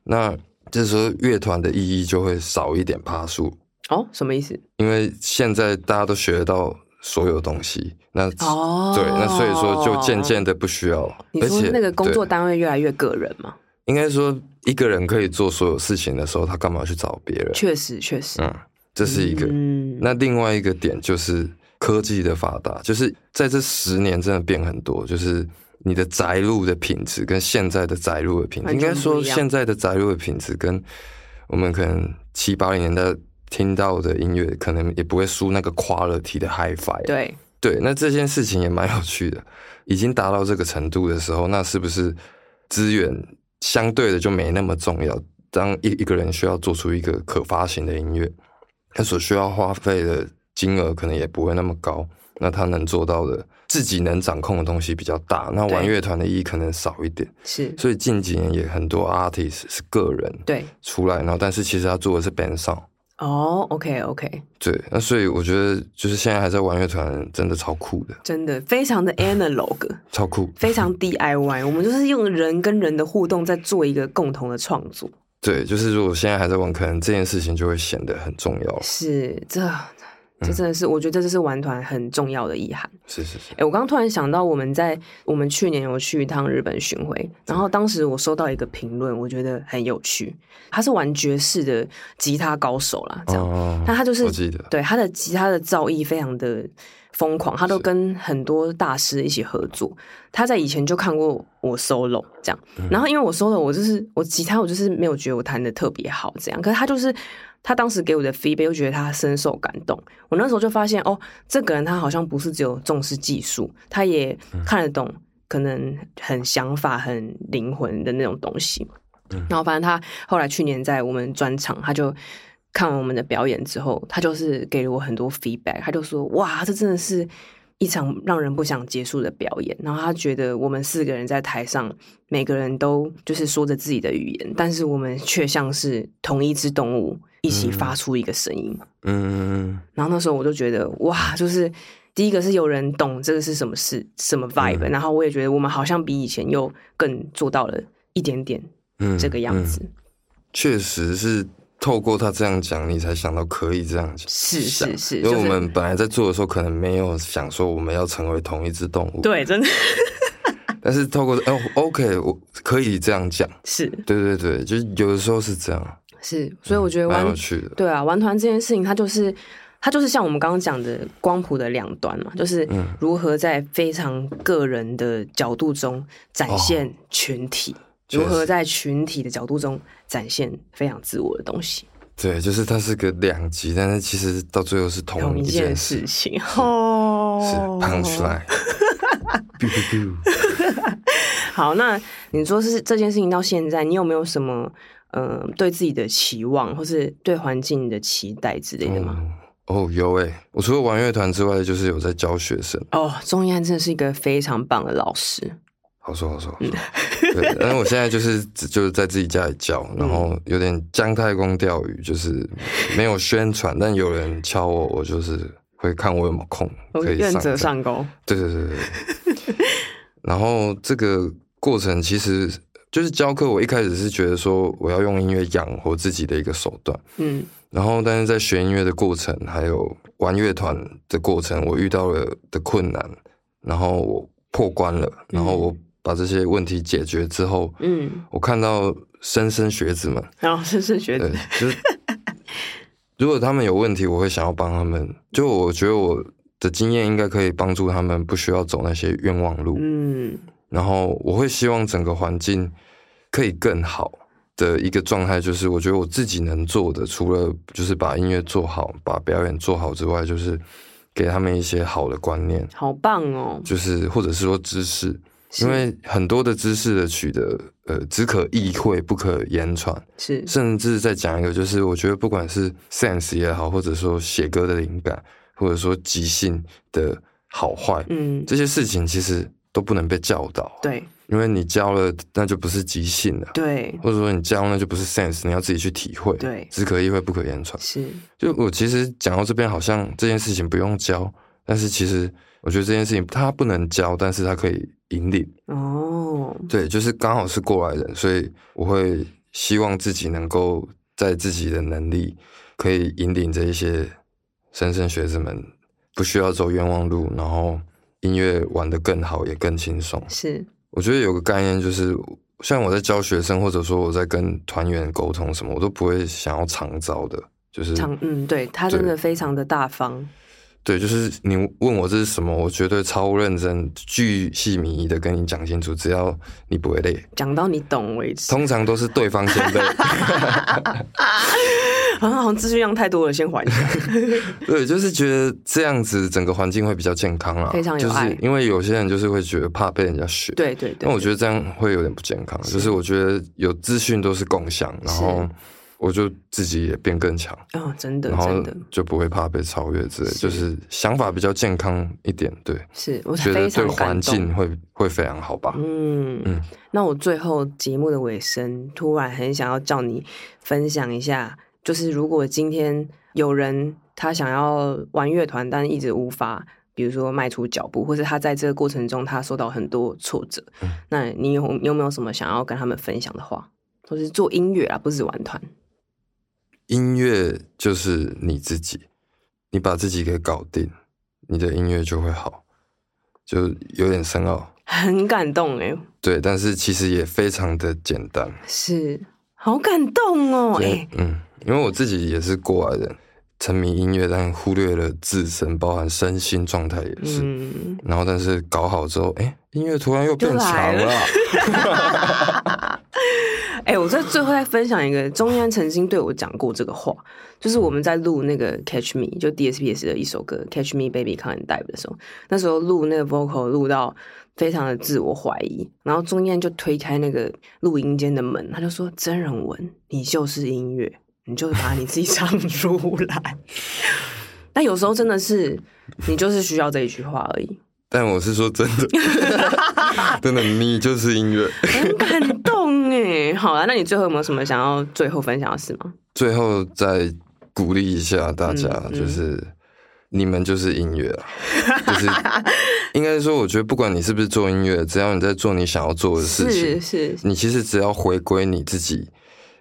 Speaker 2: 那这时候乐团的意义就会少一点趴数，
Speaker 1: 哦，什么意思？
Speaker 2: 因为现在大家都学得到所有东西，那、
Speaker 1: 哦，
Speaker 2: 对，那所以说就渐渐的不需要，
Speaker 1: 你
Speaker 2: 而
Speaker 1: 说
Speaker 2: 且
Speaker 1: 那个工作
Speaker 2: 对
Speaker 1: 单位越来越个人嘛？
Speaker 2: 应该说一个人可以做所有事情的时候，他干嘛去找别人？
Speaker 1: 确实，确实，
Speaker 2: 嗯，这是一个。
Speaker 1: 嗯，
Speaker 2: 那另外一个点就是科技的发达，就是在这十年真的变很多，就是你的宅路的品质跟现在的宅路的品质，
Speaker 1: 完
Speaker 2: 应
Speaker 1: 全
Speaker 2: 该说
Speaker 1: 不一样
Speaker 2: 现在的宅路的品质跟我们可能七八零年代听到的音乐，可能也不会输那个 quality 的啊 HiFi。
Speaker 1: 对，
Speaker 2: 对，那这件事情也蛮有趣的。已经达到这个程度的时候，那是不是资源相对的就没那么重要？当一一个人需要做出一个可发行的音乐，他所需要花费的金额可能也不会那么高。那他能做到的，自己能掌控的东西比较大，那玩
Speaker 1: 对
Speaker 2: 乐团的意义可能少一点。
Speaker 1: 是，
Speaker 2: 所以近几年也很多 artist 是个人
Speaker 1: 对，
Speaker 2: 出来，然后但是其实他做的是 band song。
Speaker 1: 哦，OK，OK，
Speaker 2: 对，那所以我觉得就是现在还在玩乐团，真的超酷的，
Speaker 1: 真的非常的 analog，
Speaker 2: 超酷。
Speaker 1: 非常 DIY，我们就是用人跟人的互动在做一个共同的创作。
Speaker 2: 对，就是如果现在还在玩，可能这件事情就会显得很重要。
Speaker 1: 是，这这真的是，我觉得这就是玩团很重要的遗憾。
Speaker 2: 是是是
Speaker 1: 哎、，我刚刚突然想到，我们在我们去年有去一趟日本巡回，然后当时我收到一个评论，我觉得很有趣。他是玩爵士的吉他高手啦，这样，
Speaker 2: 哦
Speaker 1: 但他就是
Speaker 2: 我记得
Speaker 1: 对他的吉他的造诣非常的疯狂，他都
Speaker 2: 是
Speaker 1: 跟很多大师一起合作。他在以前就看过我 solo 这样，然后因为我 solo，我就是我吉他我就是没有觉得我弹的特别好这样，可是他就是。他当时给我的 feedback，又觉得他深受感动。我那时候就发现，哦，这个人他好像不是只有重视技术，他也看得懂，可能很想法、很灵魂的那种东西。然后反正他后来去年在我们专场，他就看完我们的表演之后，他就是给了我很多 feedback，他就说：“哇，这真的是一场让人不想结束的表演。”然后他觉得我们四个人在台上，每个人都就是说着自己的语言，但是我们却像是同一只动物一起发出一个声音。
Speaker 2: 嗯，嗯
Speaker 1: 然后那时候我就觉得，哇，就是第一个是有人懂这个是什么事、什么 vibe，、然
Speaker 2: 嗯
Speaker 1: 后我也觉得我们好像比以前又更做到了一点点
Speaker 2: 嗯
Speaker 1: 这个样子。
Speaker 2: 确实是透过他这样讲，你才想到可以这样讲。
Speaker 1: 是
Speaker 2: 想
Speaker 1: 是是，
Speaker 2: 因
Speaker 1: 就
Speaker 2: 为
Speaker 1: 是
Speaker 2: 我们本来在做的时候，可能没有想说我们要成为同一只动物。。
Speaker 1: 对，真的
Speaker 2: 但是透过哦，OK，我可以这样讲。
Speaker 1: 是
Speaker 2: 对对对，就是有的时候是这样，嗯
Speaker 1: 是，所以我觉得
Speaker 2: 蛮
Speaker 1: 玩、
Speaker 2: 有趣的。
Speaker 1: 对啊，玩团这件事情，它就是它就是像我们刚刚讲的光谱的两端嘛，就是
Speaker 2: 嗯
Speaker 1: 如何在非常个人的角度中展现群体，
Speaker 2: 哦确实
Speaker 1: 如何在群体的角度中展现非常自我的东西，
Speaker 2: 对，就是它是个两极，但是其实到最后是同
Speaker 1: 同一
Speaker 2: 一
Speaker 1: 件
Speaker 2: 件事
Speaker 1: 事，情哦。
Speaker 2: 是 punch line。biu biu biu
Speaker 1: 好，那你说是这件事情到现在，你有没有什么呃对自己的期望，或是对环境的期待之类的吗？
Speaker 2: 嗯哦，有诶、我除了玩乐团之外，就是有在教学生。
Speaker 1: 哦，钟意安真的是一个非常棒的老师，
Speaker 2: 好说好说，好
Speaker 1: 嗯
Speaker 2: 说对，但是我现在就是只就是在自己家里教，然后
Speaker 1: 嗯
Speaker 2: 有点姜太公钓鱼，就是没有宣传，但有人敲我，我就是会看我有没有空
Speaker 1: 我
Speaker 2: 可以
Speaker 1: 哦愿
Speaker 2: 上
Speaker 1: 者
Speaker 2: 课。
Speaker 1: 上钩。
Speaker 2: 对对对对。对 然后这个过程其实就是教课，我一开始是觉得说我要用音乐养活自己的一个手段，
Speaker 1: 嗯
Speaker 2: 然后但是在学音乐的过程，还有玩乐团的过程，我遇到了的困难，然后我破关了，然后我把这些问题解决之后，
Speaker 1: 嗯，
Speaker 2: 我看到莘莘学子们，
Speaker 1: 然后深深学
Speaker 2: 对
Speaker 1: 子，，
Speaker 2: 就是如果他们有问题，我会想要帮他们。就我觉得我的经验应该可以帮助他们，不需要走那些冤枉路。
Speaker 1: 嗯
Speaker 2: 然后我会希望整个环境可以更好的一个状态，就是我觉得我自己能做的，除了就是把音乐做好、把表演做好之外，就是给他们一些好的观念，
Speaker 1: 好棒哦，
Speaker 2: 就是或者是说知识，
Speaker 1: 是
Speaker 2: 因为很多的知识的取得，呃，只可意会不可言传，
Speaker 1: 是
Speaker 2: 甚至再讲一个，就是我觉得不管是 sense 也好，或者说写歌的灵感，或者说即兴的好坏，
Speaker 1: 嗯
Speaker 2: 这些事情其实都不能被教导。
Speaker 1: 对
Speaker 2: 因为你教了，那就不是即兴了，
Speaker 1: 对
Speaker 2: 或者说你教那就不是 sense，你要自己去体会。
Speaker 1: 对
Speaker 2: 只可意会不可言传。
Speaker 1: 是
Speaker 2: 就我其实讲到这边，好像这件事情不用教，但是其实我觉得这件事情它不能教，但是它可以引领。
Speaker 1: 哦，
Speaker 2: 对，就是刚好是过来人，所以我会希望自己能够在自己的能力可以引领这一些莘莘学子们，不需要走冤枉路，然后音乐玩得更好，也更轻松。
Speaker 1: 是
Speaker 2: 我觉得有个概念就是，像我在教学生，或者说我在跟团员沟通什么，我都不会想要长招的，就是
Speaker 1: 长嗯，对他真的非常的大方，
Speaker 2: 对，就是你问我这是什么，我绝对超认真、巨细靡遗的跟你讲清楚，只要你不会累。
Speaker 1: 讲到你懂为止。
Speaker 2: 通常都是对方先 累，
Speaker 1: 啊，好像资讯量太多了，先缓一下。
Speaker 2: 对，就是觉得这样子整个环境会比较健康啦，
Speaker 1: 非常有
Speaker 2: 就
Speaker 1: 爱
Speaker 2: 是因为有些人就是会觉得怕被人家学，
Speaker 1: 对对对，
Speaker 2: 那我觉得这样会有点不健康，就是我觉得有资讯都是共享，然后我就自己也变更强。
Speaker 1: 得啊，真的
Speaker 2: 然后
Speaker 1: 真的
Speaker 2: 就不会怕被超越之类，
Speaker 1: 是
Speaker 2: 就是想法比较健康一点，对，
Speaker 1: 是，我
Speaker 2: 觉得
Speaker 1: 非
Speaker 2: 对
Speaker 1: 常
Speaker 2: 环
Speaker 1: 感动
Speaker 2: 境。会会非常好吧。
Speaker 1: 嗯
Speaker 2: 嗯
Speaker 1: 那我最后节目的尾声，突然很想要叫你分享一下，就是如果今天有人他想要玩乐团，但一直无法，比如说迈出脚步，或是他在这个过程中他受到很多挫折，
Speaker 2: 嗯
Speaker 1: 那你有你有没有什么想要跟他们分享的话，或是做音乐啊，不是玩团？
Speaker 2: 音乐就是你自己，你把自己给搞定，你的音乐就会好，就有点深奥，
Speaker 1: 很感动哎、
Speaker 2: 对，但是其实也非常的简单。
Speaker 1: 是好感动哦哎、
Speaker 2: 对，嗯，因为我自己也是过来人，沉迷音乐，但忽略了自身，包含身心状态也是。
Speaker 1: 嗯。
Speaker 2: 然后，但是搞好之后，哎，音乐突然又变
Speaker 1: 就来
Speaker 2: 强了，
Speaker 1: 哎、我在最后再分享一个，中央曾经对我讲过这个话，就是我们在录那个《Catch Me》就 DSPS 的一首歌《Catch Me Baby Come and Dive》的时候，那时候录那个 vocal 录到非常的自我怀疑，然后中间就推开那个录音间的门，他就说：“真人文，你就是音乐，你就把你自己唱出来。” 但有时候真的是，你就是需要这一句话而已，
Speaker 2: 但我是说真 的，真的，你就是音乐。
Speaker 1: 很感动哎。好啊，那你最后有没有什么想要最后分享的事吗？
Speaker 2: 最后再鼓励一下大家，
Speaker 1: 嗯嗯
Speaker 2: 就是、你们就是音乐 啊，就是应该说，我觉得不管你是不是做音乐，只要你在做你想要做的事
Speaker 1: 是
Speaker 2: 情，
Speaker 1: 是，
Speaker 2: 你其实只要回归你自己，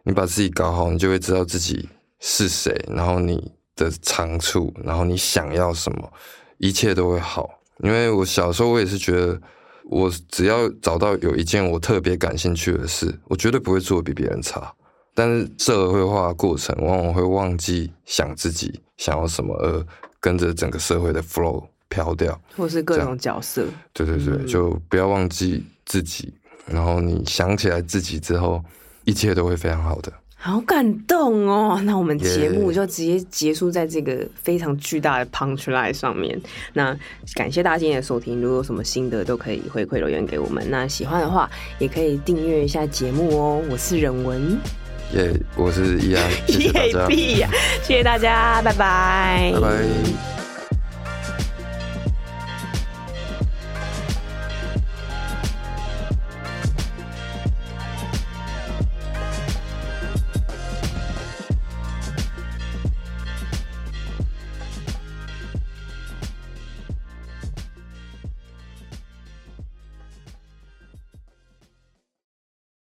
Speaker 2: 你把自己搞好，你就会知道自己是谁，然后你的长处，然后你想要什么，一切都会好。因为我小时候我也是觉得。我只要找到有一件我特别感兴趣的事，我绝对不会做得比别人差。但是社会化的过程往往会忘记想自己想要什么，而跟着整个社会的 flow 飘掉。
Speaker 1: 或是各种角色，
Speaker 2: 对对对，
Speaker 1: 嗯
Speaker 2: 就不要忘记自己。然后你想起来自己之后，一切都会非常好的。
Speaker 1: 好感动哦！那我们
Speaker 2: 耶
Speaker 1: 节目就直接结束在这个非常巨大的 punch line 上面。那感谢大家今天的收听，如果有什么心得都可以回馈留言给我们。那喜欢的话也可以订阅一下节目哦。我是忍文，
Speaker 2: 耶、我是易安，谢谢大家，
Speaker 1: 啊屁呀、谢谢大家，拜拜，
Speaker 2: 拜拜。